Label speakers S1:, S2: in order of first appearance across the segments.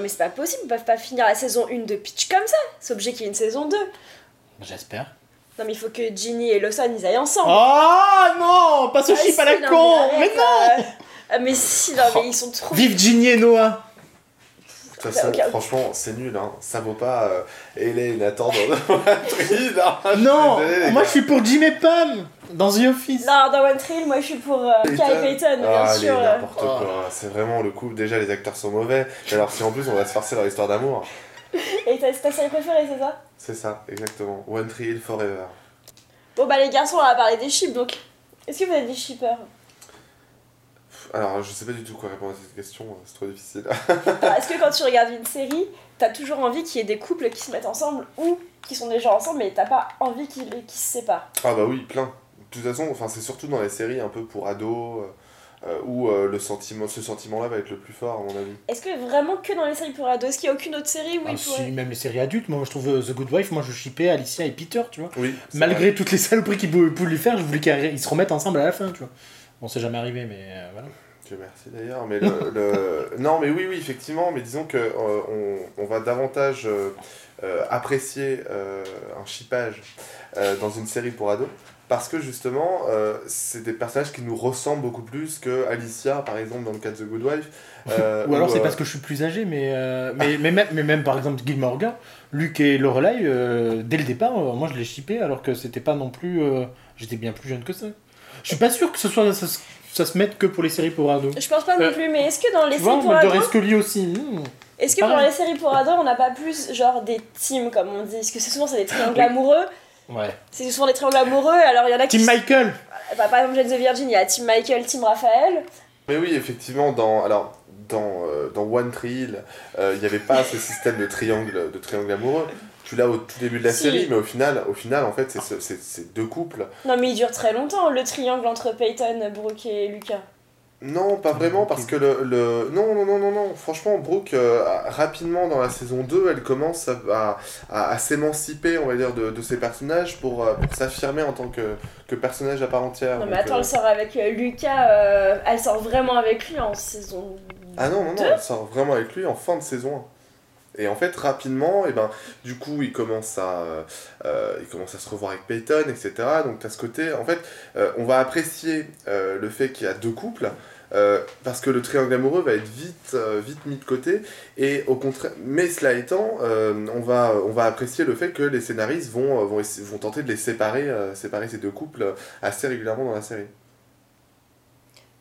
S1: mais c'est pas possible, ils peuvent pas finir la saison 1 de Peach comme ça. C'est obligé qu'il y ait une saison 2.
S2: J'espère.
S1: Non, mais il faut que Ginny et Lawson ils aillent ensemble.
S2: Oh non Pas ce
S1: Ah,
S2: chip à
S1: si,
S2: la
S1: non,
S2: con
S1: Mais,
S2: Mais
S1: arrête,
S2: non Oh,
S1: euh, ah, mais si, non, mais ils sont trop.
S2: Vive Ginny et Noah
S1: Ça,
S3: Ça, ça,
S1: aucun-
S3: Franchement, c'est nul, hein. ça vaut pas euh, Hélène attendre dans la trille, hein.
S2: Non
S3: suis désolé, les
S2: Moi
S3: gars.
S2: je suis pour Jim et Pam Dans The Office
S1: Non, dans One Trail, moi je suis pour euh, Kai
S3: Payton.
S1: Payton, bien
S3: Ah, allez,
S1: sûr. euh.
S3: n'importe quoi, c'est vraiment le coup. Déjà, les acteurs sont mauvais, mais alors si en plus on va se farcer leur histoire d'amour,
S1: Et t'as- c'est ta série préférée, c'est ça
S3: c'est ça, exactement. One Tree Hill Forever.
S1: Bon, bah les garçons, on va parler des chips donc. Est-ce que vous êtes des shippers
S3: Pff, Alors, je sais pas du tout quoi répondre à cette question, euh, c'est trop difficile.
S1: Ah, Est-ce que quand tu regardes une série, t'as toujours envie qu'il y ait des couples qui se mettent ensemble ou qui sont déjà ensemble mais t'as pas envie qu'ils qu'ils se séparent
S3: Ah bah oui, plein. De toute façon, enfin, c'est surtout dans les séries un peu pour ados euh, euh, où euh, le sentiment, ce sentiment-là va être le plus fort, à mon avis.
S1: Est-ce que vraiment que dans les séries pour ados Est-ce qu'il y a aucune autre série où
S2: Ah,
S1: ils
S2: si,
S1: pourraient.
S2: Même les séries adultes, moi je trouve euh, The Good Wife, moi je shippais Alicia et Peter, tu vois.
S3: Oui. c'est
S2: Malgré toutes les saloperies qu'ils pou- pouvaient lui faire, je voulais qu'ils se remettent ensemble à la fin, tu vois. Bon, c'est jamais arrivé, mais euh, voilà.
S3: Dieu merci d'ailleurs, mais le, le- non, mais oui, oui, effectivement, mais disons que euh, on, on va davantage euh, euh, apprécier euh, un shippage euh, dans une série pour ados parce que justement, euh, c'est des personnages qui nous ressemblent beaucoup plus que Alicia, par exemple, dans le cas de The Good Wife. euh,
S2: Ou alors
S3: où,
S2: c'est
S3: euh,
S2: parce que je suis plus âgé, mais, euh, mais, mais, même, mais même par exemple Gilmore Girls, Luke et Lorelai, euh, dès le départ, euh, moi je les shippais alors que c'était pas non plus. euh, J'étais bien plus jeune que ça. Je suis pas sûr que ce soit ça, se- ça se mette que pour les séries pour ados.
S1: Je pense pas non
S2: Euh,
S1: plus, mais est-ce que dans les
S2: Tu vois,
S1: séries pour
S2: Mulder et
S1: ados,
S2: Scully aussi. hmm.
S1: est-ce que dans
S2: pareil.
S1: les séries pour ados, on n'a pas plus genre des teams comme on dit Parce que c'est souvent c'est des triangles amoureux.
S2: Ouais.
S1: C'est souvent des triangles amoureux, alors il y en a qui.
S2: Team Michael
S1: Bah, par exemple, Jane the Virgin, il y a Team Michael, Team Raphaël.
S3: Mais oui, effectivement, dans, alors, dans, euh, dans One Tree Hill, euh, il n'y avait pas ce système de triangle, de triangle amoureux. Tu l'as au tout début de la
S1: Si.
S3: série, mais au final, au final en fait, c'est ce- c'est c'est deux couples.
S1: Non, mais il dure très longtemps, le triangle entre Peyton, Brooke et Lucas.
S3: Non, pas vraiment, parce que le, le- Non, non, non, non, non. Franchement, Brooke, euh, rapidement dans la saison 2, elle commence à, à, à- à s'émanciper, on va dire, de, de ses personnages pour, euh, pour s'affirmer en tant que, que personnage à part entière.
S1: Non, mais
S3: Donc,
S1: attends,
S3: euh,
S1: elle sort avec euh, Lucas, euh, elle sort vraiment avec lui en saison.
S3: Ah non, non, non,
S1: Deux
S3: elle sort vraiment avec lui en fin de saison 1. Et en fait, rapidement, et ben, du coup, il commence, à, euh, euh, il commence à se revoir avec Peyton, etc. Donc, à ce côté, en fait, euh, on va apprécier euh, le fait qu'il y a deux couples, euh, parce que le triangle amoureux va être vite, euh, vite mis de côté. Et au contraire, mais cela étant, euh, on, va, on va apprécier le fait que les scénaristes vont, euh, vont, essa- vont tenter de les séparer, euh, séparer ces deux couples assez régulièrement dans la série.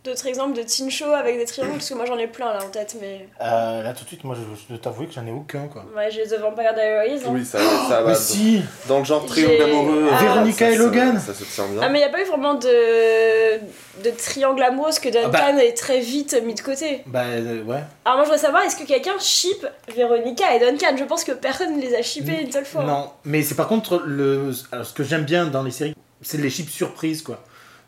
S1: D'autres exemples de teen show avec des triangles, parce que moi j'en ai plein là en tête, mais.
S2: Euh, Là tout de suite, moi je, je dois t'avouer que j'en ai aucun quoi.
S1: Ouais, j'ai The Vampire Diaries. hein.
S3: Oui, ça, ça va.
S2: mais si
S3: Dans le genre triangle
S1: J'ai-
S3: amoureux.
S1: Ah.
S2: Véronica
S3: ça
S2: et
S3: se-
S2: Logan.
S3: Ça se tient bien.
S1: Ah, mais il n'y a pas eu vraiment de, de triangle amoureux, parce que Duncan
S2: Ah
S1: est très vite mis de côté.
S2: Bah euh, ouais.
S1: Alors, moi je voudrais savoir, est-ce que quelqu'un ship Véronica et Duncan Je pense que personne ne les a shippés une seule fois.
S2: Non, mais c'est par contre le alors, ce que j'aime bien dans les séries, c'est les chips surprises quoi.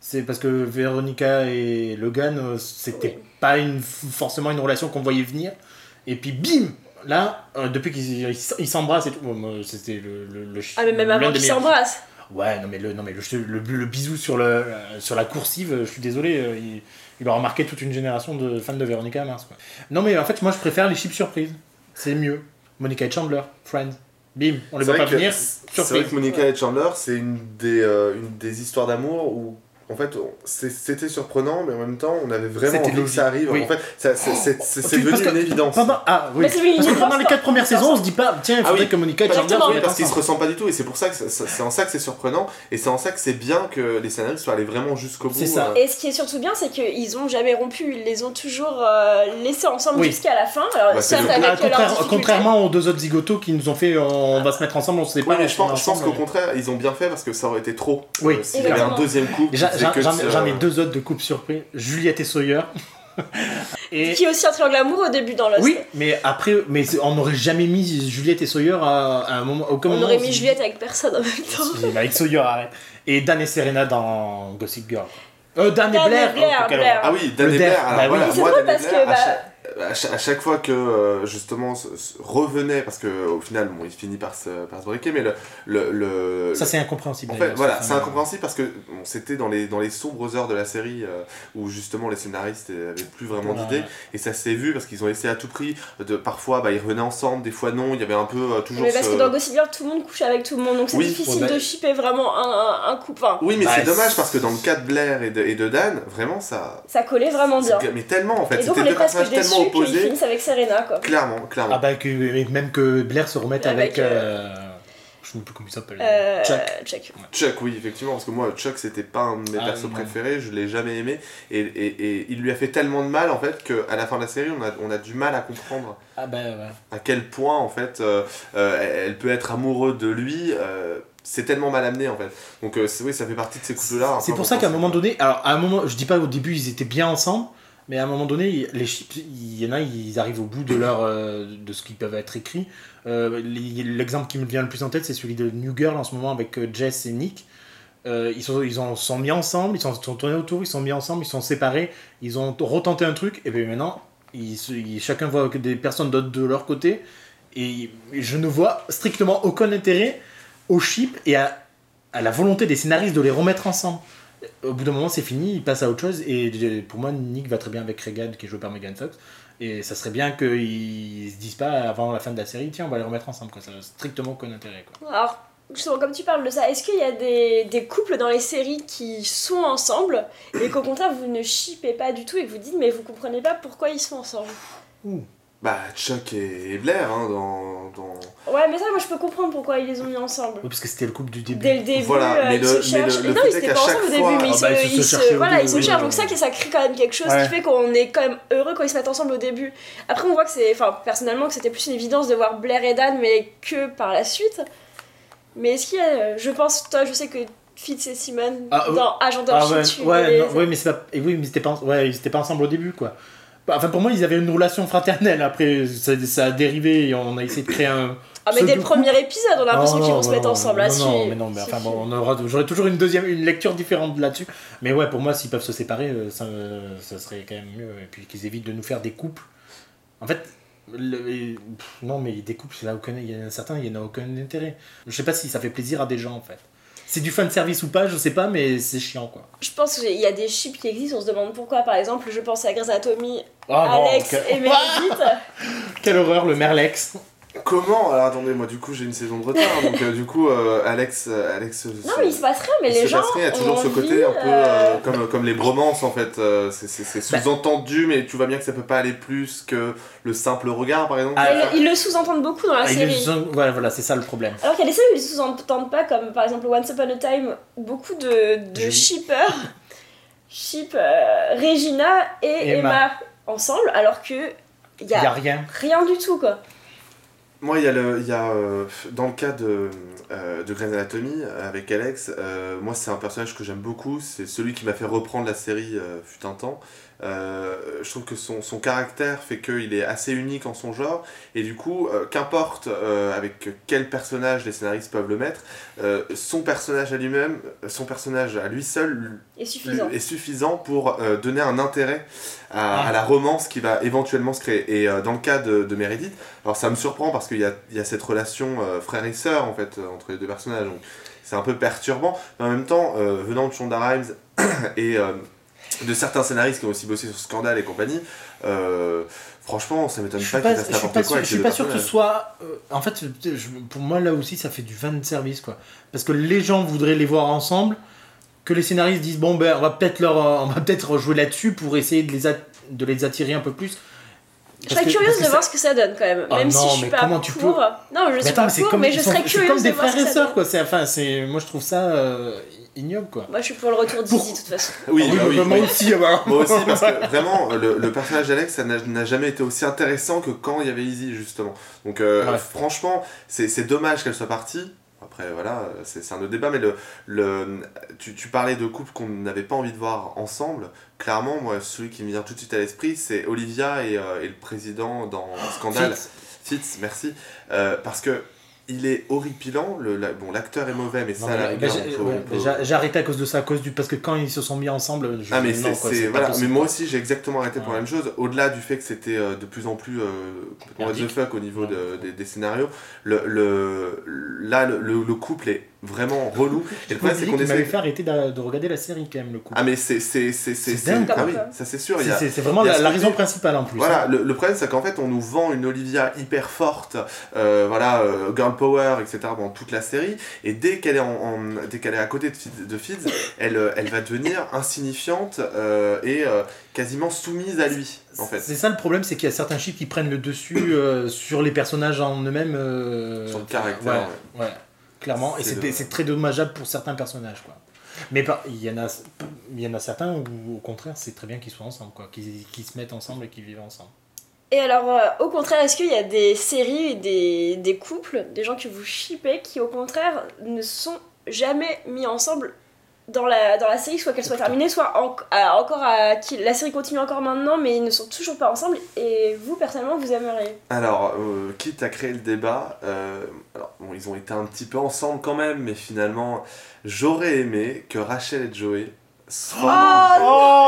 S2: C'est parce que Véronica et Logan, euh, c'était pas une, forcément une relation qu'on voyait venir. Et puis bim, là, euh, depuis qu'ils ils s- ils s'embrassent et tout, bon, moi, c'était le, le, le
S1: Ah, mais même
S2: l'un
S1: avant
S2: des
S1: qu'ils
S2: meilleurs.
S1: s'embrassent.
S2: Ouais, non mais le non mais le, le, bu- le bisou sur le euh, sur la coursive, euh, je suis désolé, euh, il, il aura marqué toute une génération de fans de Véronica Mars. quoi. Non mais en fait, moi je préfère les chips surprises. C'est mieux. Monica et Chandler, Friends. Bim, on les voit
S3: C'est vrai
S2: pas
S3: que-
S2: venir.
S3: C'est vrai
S2: Surprise.
S3: que Monica et Chandler, c'est une des, euh, une des histoires d'amour où. En fait, on- c'est- c'était surprenant, mais en même temps, on avait vraiment
S2: C'était
S3: envie que ça arrive.
S2: logique, oui. Oh,
S3: En fait, ça-
S1: Oh,
S3: c'est- c'est c'est- c'est
S2: Tu- parce
S3: devenu une
S2: que-
S3: évidence.
S2: Pendant- ah oui.
S1: Mais c'est lui,
S2: parce que
S1: il pense
S2: pendant les
S1: pas.
S2: quatre premières saisons, on se dit pas tiens, il
S3: Ah
S2: faudrait
S3: oui.
S2: que Monica et Chandler
S1: Exactement.
S2: soient
S3: Oui, parce qu'ils se
S2: ensemble.
S3: ressentent pas du tout, et c'est pour ça que ça- ça- c'est en ça que c'est surprenant, et c'est en ça que c'est bien que les scénaristes soient allés vraiment jusqu'au bout.
S2: C'est ça.
S3: euh.
S1: Et ce qui est surtout bien, c'est qu'ils ont jamais rompu, ils les ont toujours euh, laissés ensemble
S2: Oui.
S1: jusqu'à la fin. Alors,
S3: Bah, c'est
S1: certes,
S3: le-
S2: Ah,
S1: avec euh, leurs
S2: contraire-
S1: difficultés.
S2: contrairement aux deux autres zigotos qui nous ont fait euh, on va se mettre ensemble, on se
S3: Oui,
S2: sépare.
S3: mais
S2: on
S3: je
S2: se met
S3: pense, je pense
S2: ensemble,
S3: qu'au contraire, ils ont bien fait parce que ça aurait été trop.
S2: Oui,
S3: Euh, S'il y avait
S1: exactement.
S3: un deuxième couple.
S2: J'en
S3: qui faisait
S2: j'en-
S3: que euh,
S2: j'en-
S3: de se-
S2: j'en ai deux autres de coupe surprise, Juliette et Sawyer. et
S1: Qui est aussi un triangle amoureux au début dans Lost.
S2: oui, mais après, mais c'est- on n'aurait jamais mis Juliette et Sawyer à, à un moment, à aucun
S1: On
S2: moment.
S1: aurait
S2: s'est
S1: mis
S2: dit-
S1: Juliette avec personne en même temps.
S2: Si, mais Avec Sawyer, arrête. Et Dan et Serena dans Gossip Girl. Euh, Dan,
S1: Dan
S2: et Blair.
S1: et Blair,
S2: oh, quel
S1: Blair.
S2: horreur.
S3: Ah oui, Dan
S2: Le
S3: et
S2: Der.
S3: Blair, alors
S2: Bah oui. Mais
S3: voilà,
S1: c'est
S3: Ah, moi,
S1: drôle
S3: Dan et
S1: parce
S3: Blair,
S1: que, bah,
S3: à chaque- à, cha- à chaque fois que euh, justement se- se revenait, parce que au final, bon, il finit par se, par se briquer, mais le. le, le-
S2: Ça, c'est incompréhensible.
S3: en fait,
S2: d'ailleurs,
S3: voilà,
S2: cette
S3: c'est
S2: fin-là.
S3: incompréhensible parce que bon, c'était dans les, dans les sombres heures de la série euh, où justement les scénaristes euh, avaient plus vraiment
S2: Voilà.
S3: d'idées et ça s'est vu parce qu'ils ont essayé à tout prix. De, parfois, bah, ils revenaient ensemble, des fois non, il y avait un peu euh, toujours.
S1: Mais parce
S3: ce-
S1: que dans Gossip Girl, tout le monde couche avec tout le monde, donc c'est
S3: Oui,
S1: difficile
S2: ouais, bah-
S1: de shipper vraiment un, un, un couple. Enfin,
S3: Oui, mais
S2: Bah,
S3: c'est dommage
S2: c'est-
S3: parce que dans le cas de Blair et de, et de Dan, vraiment ça.
S1: ça collait vraiment bien.
S3: c'est- Mais tellement en fait,
S1: Et donc
S3: c'était
S1: on est
S3: deux
S1: presque
S3: personnages tellement
S1: déçus qu'ils
S3: opposés.
S1: finissent avec Serena, quoi.
S3: Clairement, clairement.
S2: Ah bah, que, et même que Blair se remette avec.
S1: Avec, euh,
S2: euh, Je ne sais plus comment il s'appelle.
S1: Euh,
S2: Chuck.
S1: Chuck.
S3: Chuck, oui, effectivement, parce que moi, Chuck, c'était pas un de mes
S2: Ah,
S3: persos
S2: non.
S3: préférés, je l'ai jamais aimé, et, et, et il lui a fait tellement de mal, en fait, qu'à la fin de la série, on a, on a du mal à comprendre
S2: Ah bah, ouais.
S3: à quel point, en fait, euh, euh, elle- elle peut être amoureuse de lui, euh, c'est tellement mal amené, en fait. Donc, euh, c'est- oui, ça fait partie de ces couples-là.
S2: C'est
S3: enfin,
S2: pour ça
S3: quand
S2: qu'à un
S3: c'est-
S2: moment donné, alors à un moment, je dis pas au début ils étaient bien ensemble, mais à un moment donné, les chips, il y en a, ils arrivent au bout de leur euh, de ce qui peuvent être écrit. Euh, les- L'exemple qui me vient le plus en tête, c'est celui de New Girl en ce moment avec euh, Jess et Nick. Euh, ils sont ils en sont mis ensemble, ils sont, sont tournés autour, ils sont mis ensemble, ils sont séparés, ils ont retenté un truc et bien maintenant ils, se- ils- chacun voit que des personnes d'autres de leur côté et je ne vois strictement aucun intérêt au chip et à, à la volonté des scénaristes de les remettre ensemble. Au bout d'un moment, c'est fini, il passe à autre chose. Et j'ai- pour moi, Nick va très bien avec Regan, qui est joué par Megan Fox. Et ça serait bien qu'ils se disent pas avant la fin de la série, tiens, on va les remettre ensemble. Quoi. Ça n'a strictement aucun intérêt. Quoi.
S1: Alors, justement, comme tu parles de ça, est-ce qu'il y a des, des couples dans les séries qui sont ensemble et qu'au contraire vous ne shippez pas du tout et que vous dites mais vous comprenez pas pourquoi ils sont ensemble
S3: Bah, Chuck et, et Blair, hein, dans. dans...
S1: Ouais, mais ça, moi je peux comprendre pourquoi ils les ont mis ensemble.
S2: Oui, parce que c'était le couple du début.
S1: Dès le début,
S3: Voilà,
S1: euh,
S3: mais
S1: ils
S3: le-
S1: se
S3: mais
S1: cherchent.
S3: le-
S1: Mais
S3: le
S1: non,
S3: fait
S1: ils
S3: est
S1: étaient
S3: qu'à
S1: pas
S3: chaque
S1: ensemble au
S3: fois-
S1: début, mais
S2: ah
S1: ils
S2: bah, ils
S1: se
S2: se sont cherchés
S1: cherchent.
S2: au
S1: Voilà, ils
S2: début,
S1: se
S2: oui,
S1: cherchent.
S2: oui.
S1: Donc, ça, que ça crée quand même quelque chose
S2: Ouais.
S1: qui fait qu'on est quand même heureux quand ils se mettent ensemble au début. Après, on voit que c'est. Enfin, personnellement, que c'était plus une évidence de voir Blair et Dan, mais que par la suite. Mais est-ce qu'il y a. euh, Je pense, toi, je sais que Fitz et Simon,
S2: Ah, oui.
S1: dans Agent
S2: Ah
S1: d'Orchid,
S2: ouais,
S1: tu
S2: ouais,
S1: les-
S2: non, ouais, mais c'est pas- et oui, mais c'était pas, en- ouais, ils étaient pas ensemble au début, quoi. Bah, Enfin, pour moi, ils avaient une relation fraternelle. Après, ça, ça a dérivé et on a essayé de créer un.
S1: Ah, mais
S2: Ce
S1: dès le
S2: docu-
S1: premier épisode, on a l'impression
S2: Oh,
S1: qu'ils
S2: non,
S1: vont se
S2: non,
S1: mettre
S2: non,
S1: ensemble.
S2: Non,
S1: Ah, si,
S2: non, mais non, mais
S1: si,
S2: enfin
S1: si.
S2: bon, on aura, j'aurais toujours une deuxième, une lecture différente là-dessus. Mais ouais, pour moi, s'ils peuvent se séparer, euh, ça, euh, ça serait quand même mieux. Et puis qu'ils évitent de nous faire des couples. En fait, le- et- pff, non, mais des couples, là, aucun, il y en a certains, il n'y en a aucun intérêt. Je sais pas si ça fait plaisir à des gens, en fait. C'est du fan service ou pas, je sais pas, mais c'est chiant, quoi.
S1: Je pense qu'il y a des chips qui existent, on se demande pourquoi. Par exemple, je pense à Grey's Anatomy,
S2: Oh,
S1: Alex
S2: non,
S1: et Meredith.
S2: que- quelle horreur, le Merlex.
S3: Comment Alors, attendez, moi, du coup, j'ai une saison de retard, donc euh, du coup, euh, Alex. euh, Alex
S1: Non, mais il se passe rien, mais
S3: Il
S1: les
S3: se
S1: gens.
S3: passe rien, il y a toujours
S1: ont
S3: ce côté
S1: envie,
S3: un peu euh,
S1: euh, Bah
S3: comme, comme les bromances en fait. euh, c'est- c'est c'est sous-entendu, mais tu vois bien que ça peut pas aller plus que le simple regard par exemple.
S2: Ah,
S1: mais Ils le sous-entendent beaucoup dans la
S2: Ah, il est-
S1: série. Ah,
S2: voilà, voilà, c'est ça le problème.
S1: Alors qu'il y a des séries où ils ne sous-entendent pas, comme par exemple Once Upon a Time, beaucoup de, de
S2: Je-
S1: shippers ship euh, Regina et Emma.
S2: Emma.
S1: ensemble, alors que il y
S2: Il n'y a
S1: a
S2: rien.
S1: rien du tout quoi.
S3: Moi, il y a, le, il y a euh, dans le cas de, euh, de Grey's Anatomy avec Alex, euh, moi c'est un personnage que j'aime beaucoup, c'est celui qui m'a fait reprendre la série euh, fut un temps. Euh, je trouve que son, son caractère fait qu'il est assez unique en son genre, et du coup, euh, qu'importe euh, avec quel personnage les scénaristes peuvent le mettre, euh, son personnage à lui-même, son personnage à lui seul
S1: Et suffisant.
S2: Euh,
S3: est suffisant pour euh, donner un intérêt à,
S2: Ah.
S3: à la romance qui va éventuellement se créer. Et euh, dans le cas de, de Meredith, alors ça me surprend parce qu'il y a, il y a cette relation euh, frère et sœur en fait euh, entre les deux personnages. Donc c'est un peu perturbant. Mais en même temps, euh, venant de Shonda Rhimes et euh, de certains scénaristes qui ont aussi bossé sur Scandale et compagnie, euh, franchement, ça m'étonne
S2: Je suis pas,
S3: pas qu'ils fassent
S2: je suis
S3: n'importe
S2: pas
S3: quoi.
S2: sûr,
S3: avec
S2: je suis
S3: les
S2: pas
S3: deux
S2: sûr que ce
S3: personnages.
S2: soit. euh, en fait, je- pour moi, là aussi, ça fait du fan service, quoi. Parce que les gens voudraient les voir ensemble, que les scénaristes disent bon, ben, on va peut-être leur, euh, on va peut-être jouer là-dessus pour essayer de les, at- de les attirer un peu plus.
S1: Je
S2: Parce
S1: serais
S2: que-
S1: curieuse
S2: parce
S1: de
S2: que
S1: voir ce que ça donne quand même,
S2: Ah
S1: même
S2: non,
S1: si je suis
S2: mais
S1: pas
S2: comment
S1: pour.
S2: tu
S1: Non, je
S2: Mais
S1: suis
S2: attends,
S1: pas
S2: mais c'est
S1: pour,
S2: comme,
S1: mais
S2: ils
S1: je
S2: sont-
S1: serais
S2: c'est comme
S1: curieuse de
S2: des
S1: voir
S2: frères
S1: ce que
S2: et
S1: ça
S2: sœurs,
S1: donne.
S2: quoi. C'est, enfin, c'est, moi, je trouve ça euh, ignoble, quoi.
S1: Moi, je suis pour le retour d'Izzy de toute façon.
S3: Oui, bah
S2: bah,
S3: oui,
S2: moi
S3: oui.
S2: aussi, alors.
S3: Moi aussi, parce que vraiment, le, le personnage d'Alex ça n'a- n'a jamais été aussi intéressant que quand il y avait Izzy, justement. Donc, euh,
S2: Ah Ouais.
S3: franchement, c'est c'est dommage qu'elle soit partie. Après, voilà, c'est c'est un autre débat, mais le, le, tu, tu parlais de couples qu'on n'avait pas envie de voir ensemble. Clairement, moi, celui qui me vient tout de suite à l'esprit, c'est
S2: Oh,
S3: Olivia et, euh, et le président dans Scandale. Fitz, merci. Euh, parce que il est horripilant. Le, la- bon, l'acteur est mauvais, mais ça,
S2: Non,
S3: à la
S2: mais bah,
S3: rigueur,
S2: j'ai-
S3: on peut-
S2: ouais,
S3: on peut-
S2: j'a- J'ai arrêté à cause de ça, à cause du parce que quand ils se sont mis ensemble, je
S3: Ah mais
S2: non,
S3: c'est
S2: quoi,
S3: c'est-
S2: pas
S3: voilà. mais
S2: possible.
S3: moi aussi j'ai exactement arrêté pour
S2: Ouais.
S3: la même chose. Au-delà du fait que c'était euh, de plus en plus euh, complètement what the
S2: Merdique.
S3: fuck au niveau de-
S2: Ouais.
S3: des, des scénarios, le, le- là le, le- le couple est vraiment relou.
S2: Faut
S3: Et le problème c'est
S2: oublier
S3: qu'on
S2: qu'il m'avait
S3: essaie.
S2: fait arrêter d'a- de regarder la série quand même le coup.
S3: Ah mais c'est c'est c'est c'est
S2: C'est dingue.
S3: ah oui,
S1: Comme ça.
S3: ça c'est sûr. il y
S2: C'est-
S3: a-
S2: c'est c'est vraiment
S3: il y a
S2: la,
S3: ce
S2: la
S3: côté-
S2: raison principale en plus.
S3: Voilà, le, le problème c'est qu'en fait on nous vend une Olivia hyper forte, euh, voilà, euh, girl power, etc. pendant toute la série, et dès qu'elle est, en, en- dès qu'elle est à côté de Fitz, de Fitz, elle, euh, elle va devenir insignifiante euh, et euh, quasiment soumise à lui, en fait.
S2: C'est ça le problème, c'est qu'il y a certains chiffres qui prennent le dessus euh, sur les personnages en eux-mêmes. euh,
S3: Sur le caractère.
S2: ouais. Ouais, clairement. Et
S3: C'est
S2: c'est
S3: le-
S2: c'est très dommageable pour certains personnages, quoi. Mais par- il y, en a, il y en a certains où, au contraire, c'est très bien qu'ils soient ensemble, quoi. Qu'ils qu'ils se mettent ensemble et qu'ils vivent ensemble.
S1: Et alors, euh, au contraire, est-ce qu'il y a des séries, et des, des couples, des gens que vous shippez qui, au contraire, ne sont jamais mis ensemble dans la, dans la série, soit qu'elle soit terminée, soit en- à- encore à, qui, la série continue encore maintenant, mais ils ne sont toujours pas ensemble, et vous, personnellement, vous aimeriez
S3: Alors, euh, quitte à créer le débat, euh, alors, bon, ils ont été un petit peu ensemble quand même, mais finalement, j'aurais aimé que Rachel et Joey
S2: Oh
S3: soient.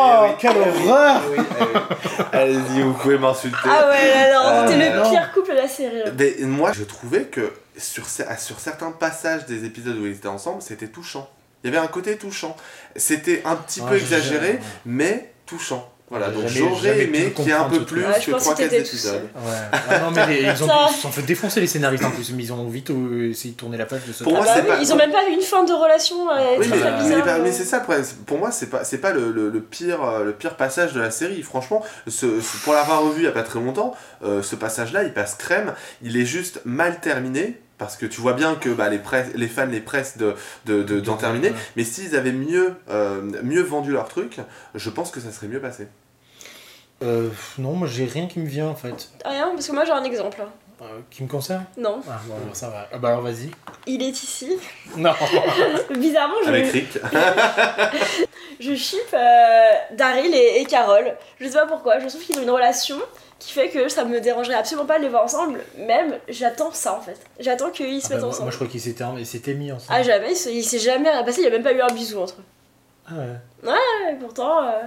S3: Eh oui, eh oui, eh oui, eh oui. Allez-y, vous pouvez m'insulter.
S1: Ah ouais, alors,
S3: Euh,
S1: c'était le
S2: non.
S1: pire couple de la série.
S3: Mais moi, je trouvais que sur, ce- à- sur certains passages des épisodes où ils étaient ensemble, c'était touchant. Il y avait un côté touchant. C'était un petit peu
S2: Ouais, j'ai-
S3: exagéré, mais touchant. Voilà,
S2: J'ai
S3: donc
S2: jamais-
S3: j'aurais
S2: jamais
S3: aimé
S2: pu
S3: qu'il y ait un
S2: comprendre
S3: peu
S2: ce
S3: plus
S1: truc. Ouais, Ah, je
S3: que
S1: pense que
S3: 3-4
S1: t'étais tout
S3: épisodes.
S1: seul.
S2: Ouais. Ah non, mais les- ils ont
S1: Ça.
S2: ils se sont fait défoncer les scénaristes en plus, mais ils ont vite euh, essayé de tourner la page de ce
S3: Pour
S1: Ah
S3: moi,
S1: bah
S3: c'est
S1: oui,
S3: pas-
S1: Ils ont même pas eu une fin de relation euh,
S3: Oui,
S1: très,
S3: mais,
S1: très
S2: euh,
S1: bizarre.
S3: mais- mais
S1: euh.
S3: c'est ça le problème. C'est- Pour moi, c'est pas, c'est pas le, le- le pire, euh, le pire passage de la série. Franchement, ce, ce- pour l'avoir revu il y a pas très longtemps, euh, ce passage-là, il passe crème. Il est juste mal terminé. Parce que tu vois bien que bah, les, presse- les fans les pressent d'en de, de, d'en terminer. Mais s'ils avaient mieux, euh, mieux vendu leur truc, je pense que ça serait mieux passé.
S2: Euh, non, moi j'ai rien qui me vient en fait,
S1: Rien, Ah, hein, parce que moi j'ai un exemple.
S2: Euh, qui me concerne.
S1: Non,
S2: Ah bon, alors, ça va. Ah bah alors vas-y.
S1: il est ici.
S2: Non. Ah,
S1: Bizarrement, je
S3: Avec Rick.
S1: Je ship euh, Daryl et, et Carole. Je sais pas pourquoi, je trouve qu'ils ont une relation qui fait que ça me dérangerait absolument pas de les voir ensemble. Même, j'attends ça en fait. J'attends qu'ils se
S2: Ah bah,
S1: mettent
S2: moi, moi,
S1: ensemble.
S2: je crois qu'ils s'étaient ils s'étaient mis
S1: Ah,
S2: ensemble.
S1: jamais, il se- il s'est jamais rien passé, il y a même pas eu un bisou entre eux.
S2: Ah ouais.
S1: Et pourtant, euh,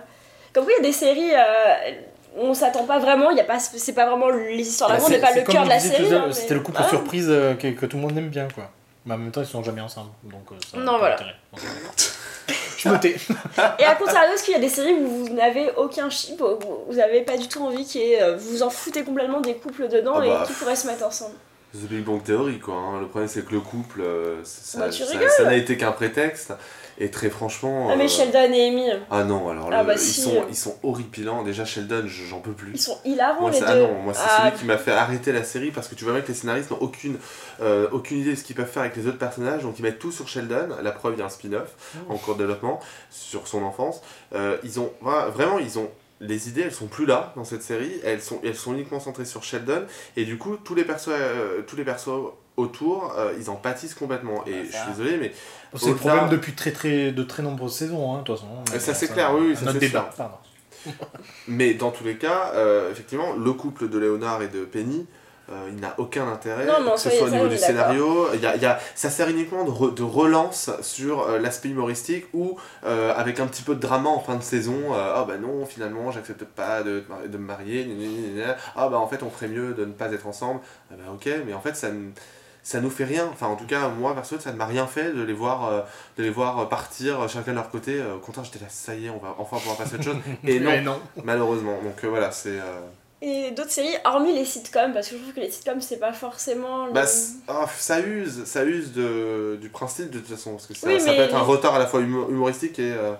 S1: comme quoi il y a des séries. euh, on s'attend pas vraiment, il y a pas, c'est pas vraiment les histoires
S2: Bah,
S1: d'amour,
S2: c'est-
S1: n'est pas
S2: c'est
S1: le
S2: comme
S1: cœur
S2: on
S1: de la
S2: disait tout à
S1: série.
S2: l'heure,
S1: hein, mais-
S2: C'était le couple
S1: Ah,
S2: surprise euh, que, que tout le monde aime bien, quoi. Mais en même temps, ils sont jamais ensemble, donc euh, ça n'a
S1: Non,
S2: pas
S1: voilà.
S2: d'intérêt. Je me tais.
S1: Et à contrario, est-ce qu'il y a des séries où vous n'avez aucun chip, où vous n'avez pas du tout envie, qui est, euh, vous vous en foutez complètement des couples dedans
S3: Ah
S1: et
S3: bah.
S1: qui pourraient se mettre ensemble
S2: oh
S3: The Big Bang Theory, quoi. hein. Le problème, c'est que le couple, euh, ça
S1: Bah,
S3: ça-
S1: tu
S3: ça-
S1: rigoles.
S3: ça n'a été qu'un prétexte. Et très franchement.
S1: Ah, mais
S3: euh,
S1: Sheldon et Amy.
S3: Ah non, alors
S1: Ah
S3: le-
S1: bah
S3: ils,
S1: si.
S3: sont, ils sont horripilants. Déjà, Sheldon, je- j'en peux plus.
S1: Ils sont hilarants
S3: Moi,
S1: les
S3: c'est
S1: deux.
S3: ah non, moi, c'est
S1: Ah,
S3: celui qui m'a fait arrêter la série parce que tu vois bien que les scénaristes n'ont aucune, euh, aucune idée de ce qu'ils peuvent faire avec les autres personnages. Donc, ils mettent tout sur Sheldon. La preuve, il y a un spin-off
S1: Oh.
S3: en cours de développement sur son enfance. Euh, ils ont voilà, vraiment, ils ont. Les idées, elles sont plus là dans cette série, elles sont, elles sont uniquement centrées sur Sheldon, et du coup, tous les persos, euh, tous les persos autour, euh, ils en pâtissent complètement. Et
S2: Bah,
S3: je
S2: ça.
S3: suis désolé, mais
S2: C'est le
S3: Au-delà-
S2: problème depuis très, très, de très nombreuses saisons, hein, de toute façon.
S3: Ça,
S2: Mais,
S3: c'est clair, oui, oui,
S2: un
S3: ça,
S2: autre
S3: c'est
S2: débat.
S3: sûr.
S2: Pardon.
S3: Mais dans tous les cas, euh, effectivement, le couple de Léonard et de Penny, euh, il n'a aucun intérêt,
S1: Non, mais en
S3: que ce
S1: soi,
S3: soit au
S1: ça,
S3: niveau
S1: on
S3: du
S1: est d'accord.
S3: scénario. Il y a, il y a- ça sert uniquement de, re- de relance sur euh, l'aspect humoristique ou euh, avec un petit peu de drama en fin de saison. euh, Ah bah non, finalement, j'accepte pas de, de me marier. gna, gna, gna, gna. Ah bah en fait, on ferait mieux de ne pas être ensemble. Ah bah ok, mais en fait, ça ne ça nous fait rien. Enfin, en tout cas, moi, perso, ça ne m'a rien fait de les voir, euh, de les voir partir euh, chacun de leur côté. Euh, Au contraire, j'étais là, ça y est, on va enfin pouvoir passer à autre chose. Et non,
S2: Mais non.
S3: Malheureusement, donc euh, voilà, c'est. euh,
S1: Et d'autres séries, hormis les sitcoms, parce que je trouve que les sitcoms, c'est pas forcément. le-
S3: Bah, c- ah, ça use, ça use de, du principe de toute façon, parce que ça,
S1: Oui,
S3: ça peut
S1: mais-
S3: être un retard à la fois humo- humoristique et, euh,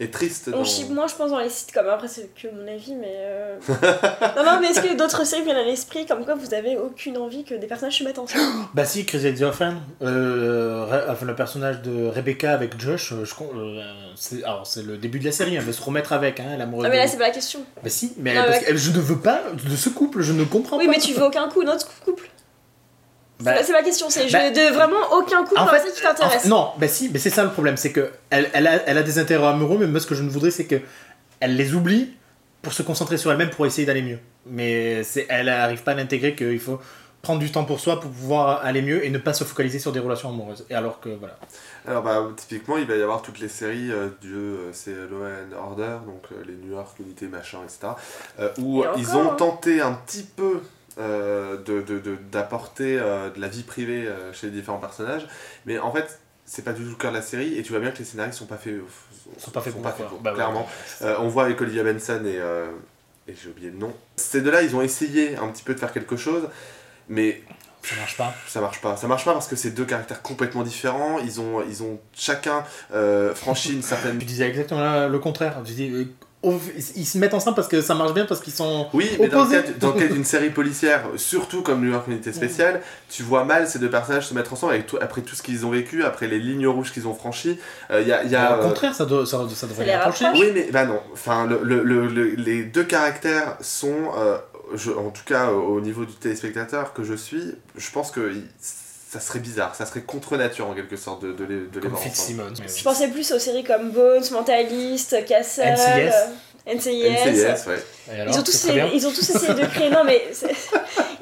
S3: et triste.
S1: on
S3: dans-
S1: chip moins, je pense, dans les sitcoms. Après, c'est que mon avis, mais. euh, non, non, mais est-ce que d'autres séries viennent à l'esprit, comme quoi vous avez aucune envie que des personnages se mettent ensemble
S2: Bah si, Chris Edgerton, euh, Re- enfin, le personnage de Rebecca avec Josh, euh, je con- euh, c'est alors, c'est le début de la série, elle veut se remettre avec, hein, l'amoureux
S1: Ah, mais
S2: de-
S1: là, c'est pas la question.
S2: Bah si, mais
S1: Non,
S2: parce
S1: ouais.
S2: que je ne veux pas de ce couple, je ne comprends
S1: Oui,
S2: pas.
S1: mais tu veux aucun coup, notre couple.
S2: Bah,
S1: Là, c'est ma question, c'est
S2: bah-
S1: je de vraiment aucun couple
S2: En
S1: dans la série qui
S2: fait, en
S1: t'intéresse.
S2: fait, non, bah si, mais c'est ça le problème, c'est que elle, elle a, elle a des intérêts amoureux, mais moi ce que je ne voudrais c'est que elle les oublie pour se concentrer sur elle-même pour essayer d'aller mieux. Mais c'est, elle n'arrive pas à l'intégrer qu'il faut prendre du temps pour soi pour pouvoir aller mieux et ne pas se focaliser sur des relations amoureuses. Et alors que voilà.
S3: Alors bah typiquement il va y avoir toutes les séries euh, du euh, c'est Law and Order, donc euh, les New York, Unité, machin, etc. euh, où
S1: Et
S3: ils
S1: encore,
S3: ont
S1: hein.
S3: tenté un petit peu euh, de- de- de- d'apporter euh, de la vie privée euh, chez les différents personnages, mais en fait c'est pas du tout le cœur de la série et tu vois bien que les scénaristes sont pas faits
S2: Ils sont pas faits pour,
S3: faits
S2: faire. Bah, ouais.
S3: clairement. Euh, on voit avec Olivia Benson et, euh, et j'ai oublié le nom. Ces deux-là, ils ont essayé un petit peu de faire quelque chose, mais
S2: Ça marche pas.
S3: ça marche pas. Ça marche pas parce que c'est deux caractères complètement différents. Ils ont, ils ont chacun euh, franchi une certaine.
S2: Tu disais exactement là, le contraire. Tu dis, euh, oh, ils se mettent ensemble parce que ça marche bien, parce qu'ils sont.
S3: Oui, mais dans le
S2: Opposé.
S3: cadre- dans le cadre d'une série policière, surtout comme New York Unité Spéciale, tu vois mal ces deux personnages se mettre ensemble avec tout- après tout ce qu'ils ont vécu, après les lignes rouges qu'ils ont franchies. Euh, Il y a, il y a,
S2: Bah, Au
S3: euh,
S2: contraire, ça, doit, ça, ça devrait
S1: les
S2: les rapprocher.
S1: rapproche.
S3: Oui, mais bah non. Enfin, le, le- le- le- les deux caractères sont, euh, je- en tout cas euh, au niveau du téléspectateur que je suis, je pense que il- ça serait bizarre, ça serait contre nature en quelque sorte de, de les, de les
S2: Comme
S3: voir ensemble.
S2: Fitzsimmons.
S1: Je pensais plus aux séries comme Bones, Mentalist, Castle,
S2: NCIS.
S1: euh, NCIS.
S3: NCIS, ouais.
S2: Et
S1: Ils,
S2: alors,
S1: ont tous
S2: c'est très
S1: essayé,
S2: bien.
S1: ils ont tous essayé de créer. Non, mais. c'est-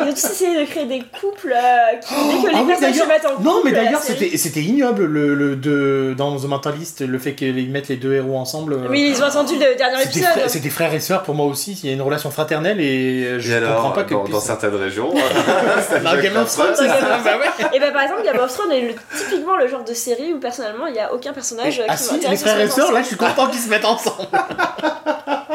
S1: Ils ont tous essayé de créer des couples euh, qui, dès que
S2: Ah
S1: les
S2: oui,
S1: personnages se
S2: d'ailleurs-
S1: mettent en couple.
S2: Non, mais
S1: la
S2: d'ailleurs,
S1: série-
S2: c'était c'était ignoble le, le- de, dans The Mentalist, le fait qu'ils mettent les deux héros ensemble. euh,
S1: Oui, ils ont attendu le dernier
S2: c'est des, frères, c'est
S1: épisode.
S2: des frères et sœurs pour moi aussi. Il y a une relation fraternelle et euh, je
S3: Et alors,
S2: comprends pas que.
S3: dans,
S2: puisse-
S3: dans certaines régions. euh, ça
S2: Dans
S3: joue
S2: Game
S3: avec
S2: of
S3: la
S2: Thrones,
S3: prod.
S1: Dans Game
S2: ça,
S1: of
S2: bah ouais.
S1: Et bah par exemple, Game of Thrones est le- typiquement le genre de série où personnellement il n'y a aucun personnage euh,
S2: Ah
S1: qui
S2: si,
S1: m'intéresse.
S2: les frères et
S1: spécialement.
S2: sœurs, là, je suis content qu'ils se mettent ensemble.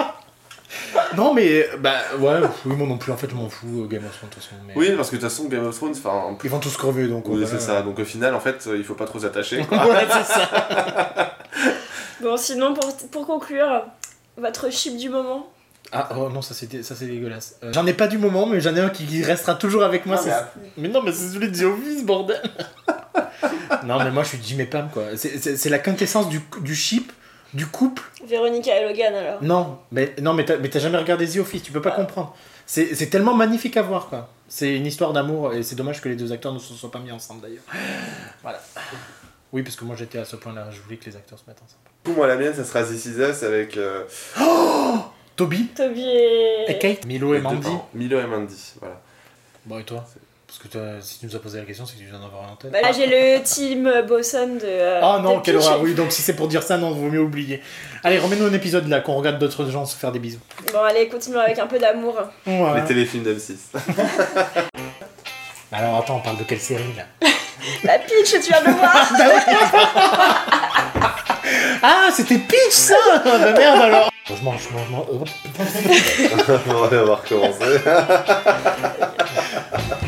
S2: non, mais bah ouais, pff, oui, moi non plus. En fait, je m'en fous, euh, Game of Thrones, de toute façon. mais-
S3: Oui, parce que de toute façon, Game of Thrones, enfin, en plus.
S2: Ils vont tous crever, donc.
S3: oui,
S2: euh,
S3: c'est
S2: voilà.
S3: ça. Donc au final, en fait, euh, il faut pas trop s'attacher. quoi.
S2: ouais, c'est ça.
S1: Bon, sinon pour, pour conclure, votre chip du moment.
S2: Ah oh, non, ça c'était ça c'est dégueulasse. Euh, j'en ai pas du moment, mais j'en ai un qui, qui restera toujours avec moi.
S3: Non,
S2: c'est-
S3: mais
S2: mais non, mais c'est celui de The Office, bordel. non, mais moi je suis Jim et Pam quoi. C'est- C'est c'est la quintessence du, du ship, du couple.
S1: Véronica et Logan alors.
S2: Non, mais non, mais t'as mais t'as jamais regardé The Office, tu peux pas comprendre. C'est c'est tellement magnifique à voir quoi. C'est une histoire d'amour et c'est dommage que les deux acteurs ne se soient pas mis ensemble d'ailleurs. Voilà. Oui, parce que moi j'étais à ce point-là, je voulais que les acteurs se mettent ensemble.
S3: Du coup, moi, la mienne, ça sera This Is Us avec euh,
S2: Toby
S1: Toby et.
S2: et Kate, Milo et
S3: les deux-
S2: Mandy.
S3: non, Milo et Mandy. Voilà.
S2: Bon, et toi Parce que t'as- si tu nous as posé la question, c'est que tu viens d'en avoir en tête.
S1: Bah, là j'ai le team Bosson de. euh,
S2: Ah non,
S1: de
S2: quelle
S1: Pitch.
S2: horreur, oui, donc si c'est pour dire ça, non, vaut mieux oublier. Allez, remets-nous un épisode là, qu'on regarde d'autres gens se faire des bisous.
S1: Bon, allez, continuons avec un peu d'amour.
S2: Voilà.
S3: Les téléfilms d'M6.
S2: Alors attends, on parle de quelle série là
S1: La Bah, pitch, tu viens de le voir
S2: Ah, c'était Peach ça Bah merde alors Je mange, je mange, je mange. Euh,
S3: On va avoir commencé.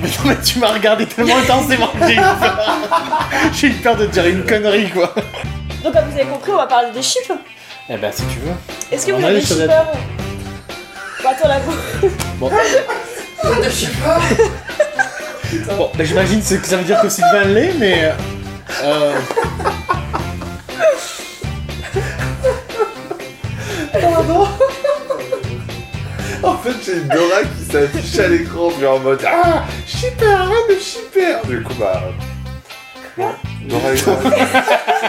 S2: Mais non, mais tu m'as regardé tellement intensément que j'ai eu peur. J'ai eu peur de dire une connerie quoi.
S1: Donc, comme vous avez compris, on va parler des chips.
S2: Eh ben, si tu veux.
S1: Est-ce que
S2: On
S1: vous
S2: a
S1: avez
S2: eu
S1: des
S2: sur
S1: chippers
S2: la-
S1: Bon, Bah, Attends, la boue.
S2: Bon. bon, bah, j'imagine ce que ça veut dire que Sylvain l'est, mais. Euh...
S3: En fait, j'ai Dora qui s'affiche à l'écran, mais en mode Ah, shipper, arrête de shipper Du coup, bah. Bon, Dora est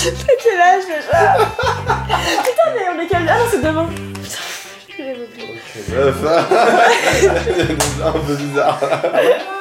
S1: T'as quel âge déjà Putain, mais on est quel Ah non, c'est demain. Putain, j'avais oublié.
S3: Meuf, hein. un peu bizarre.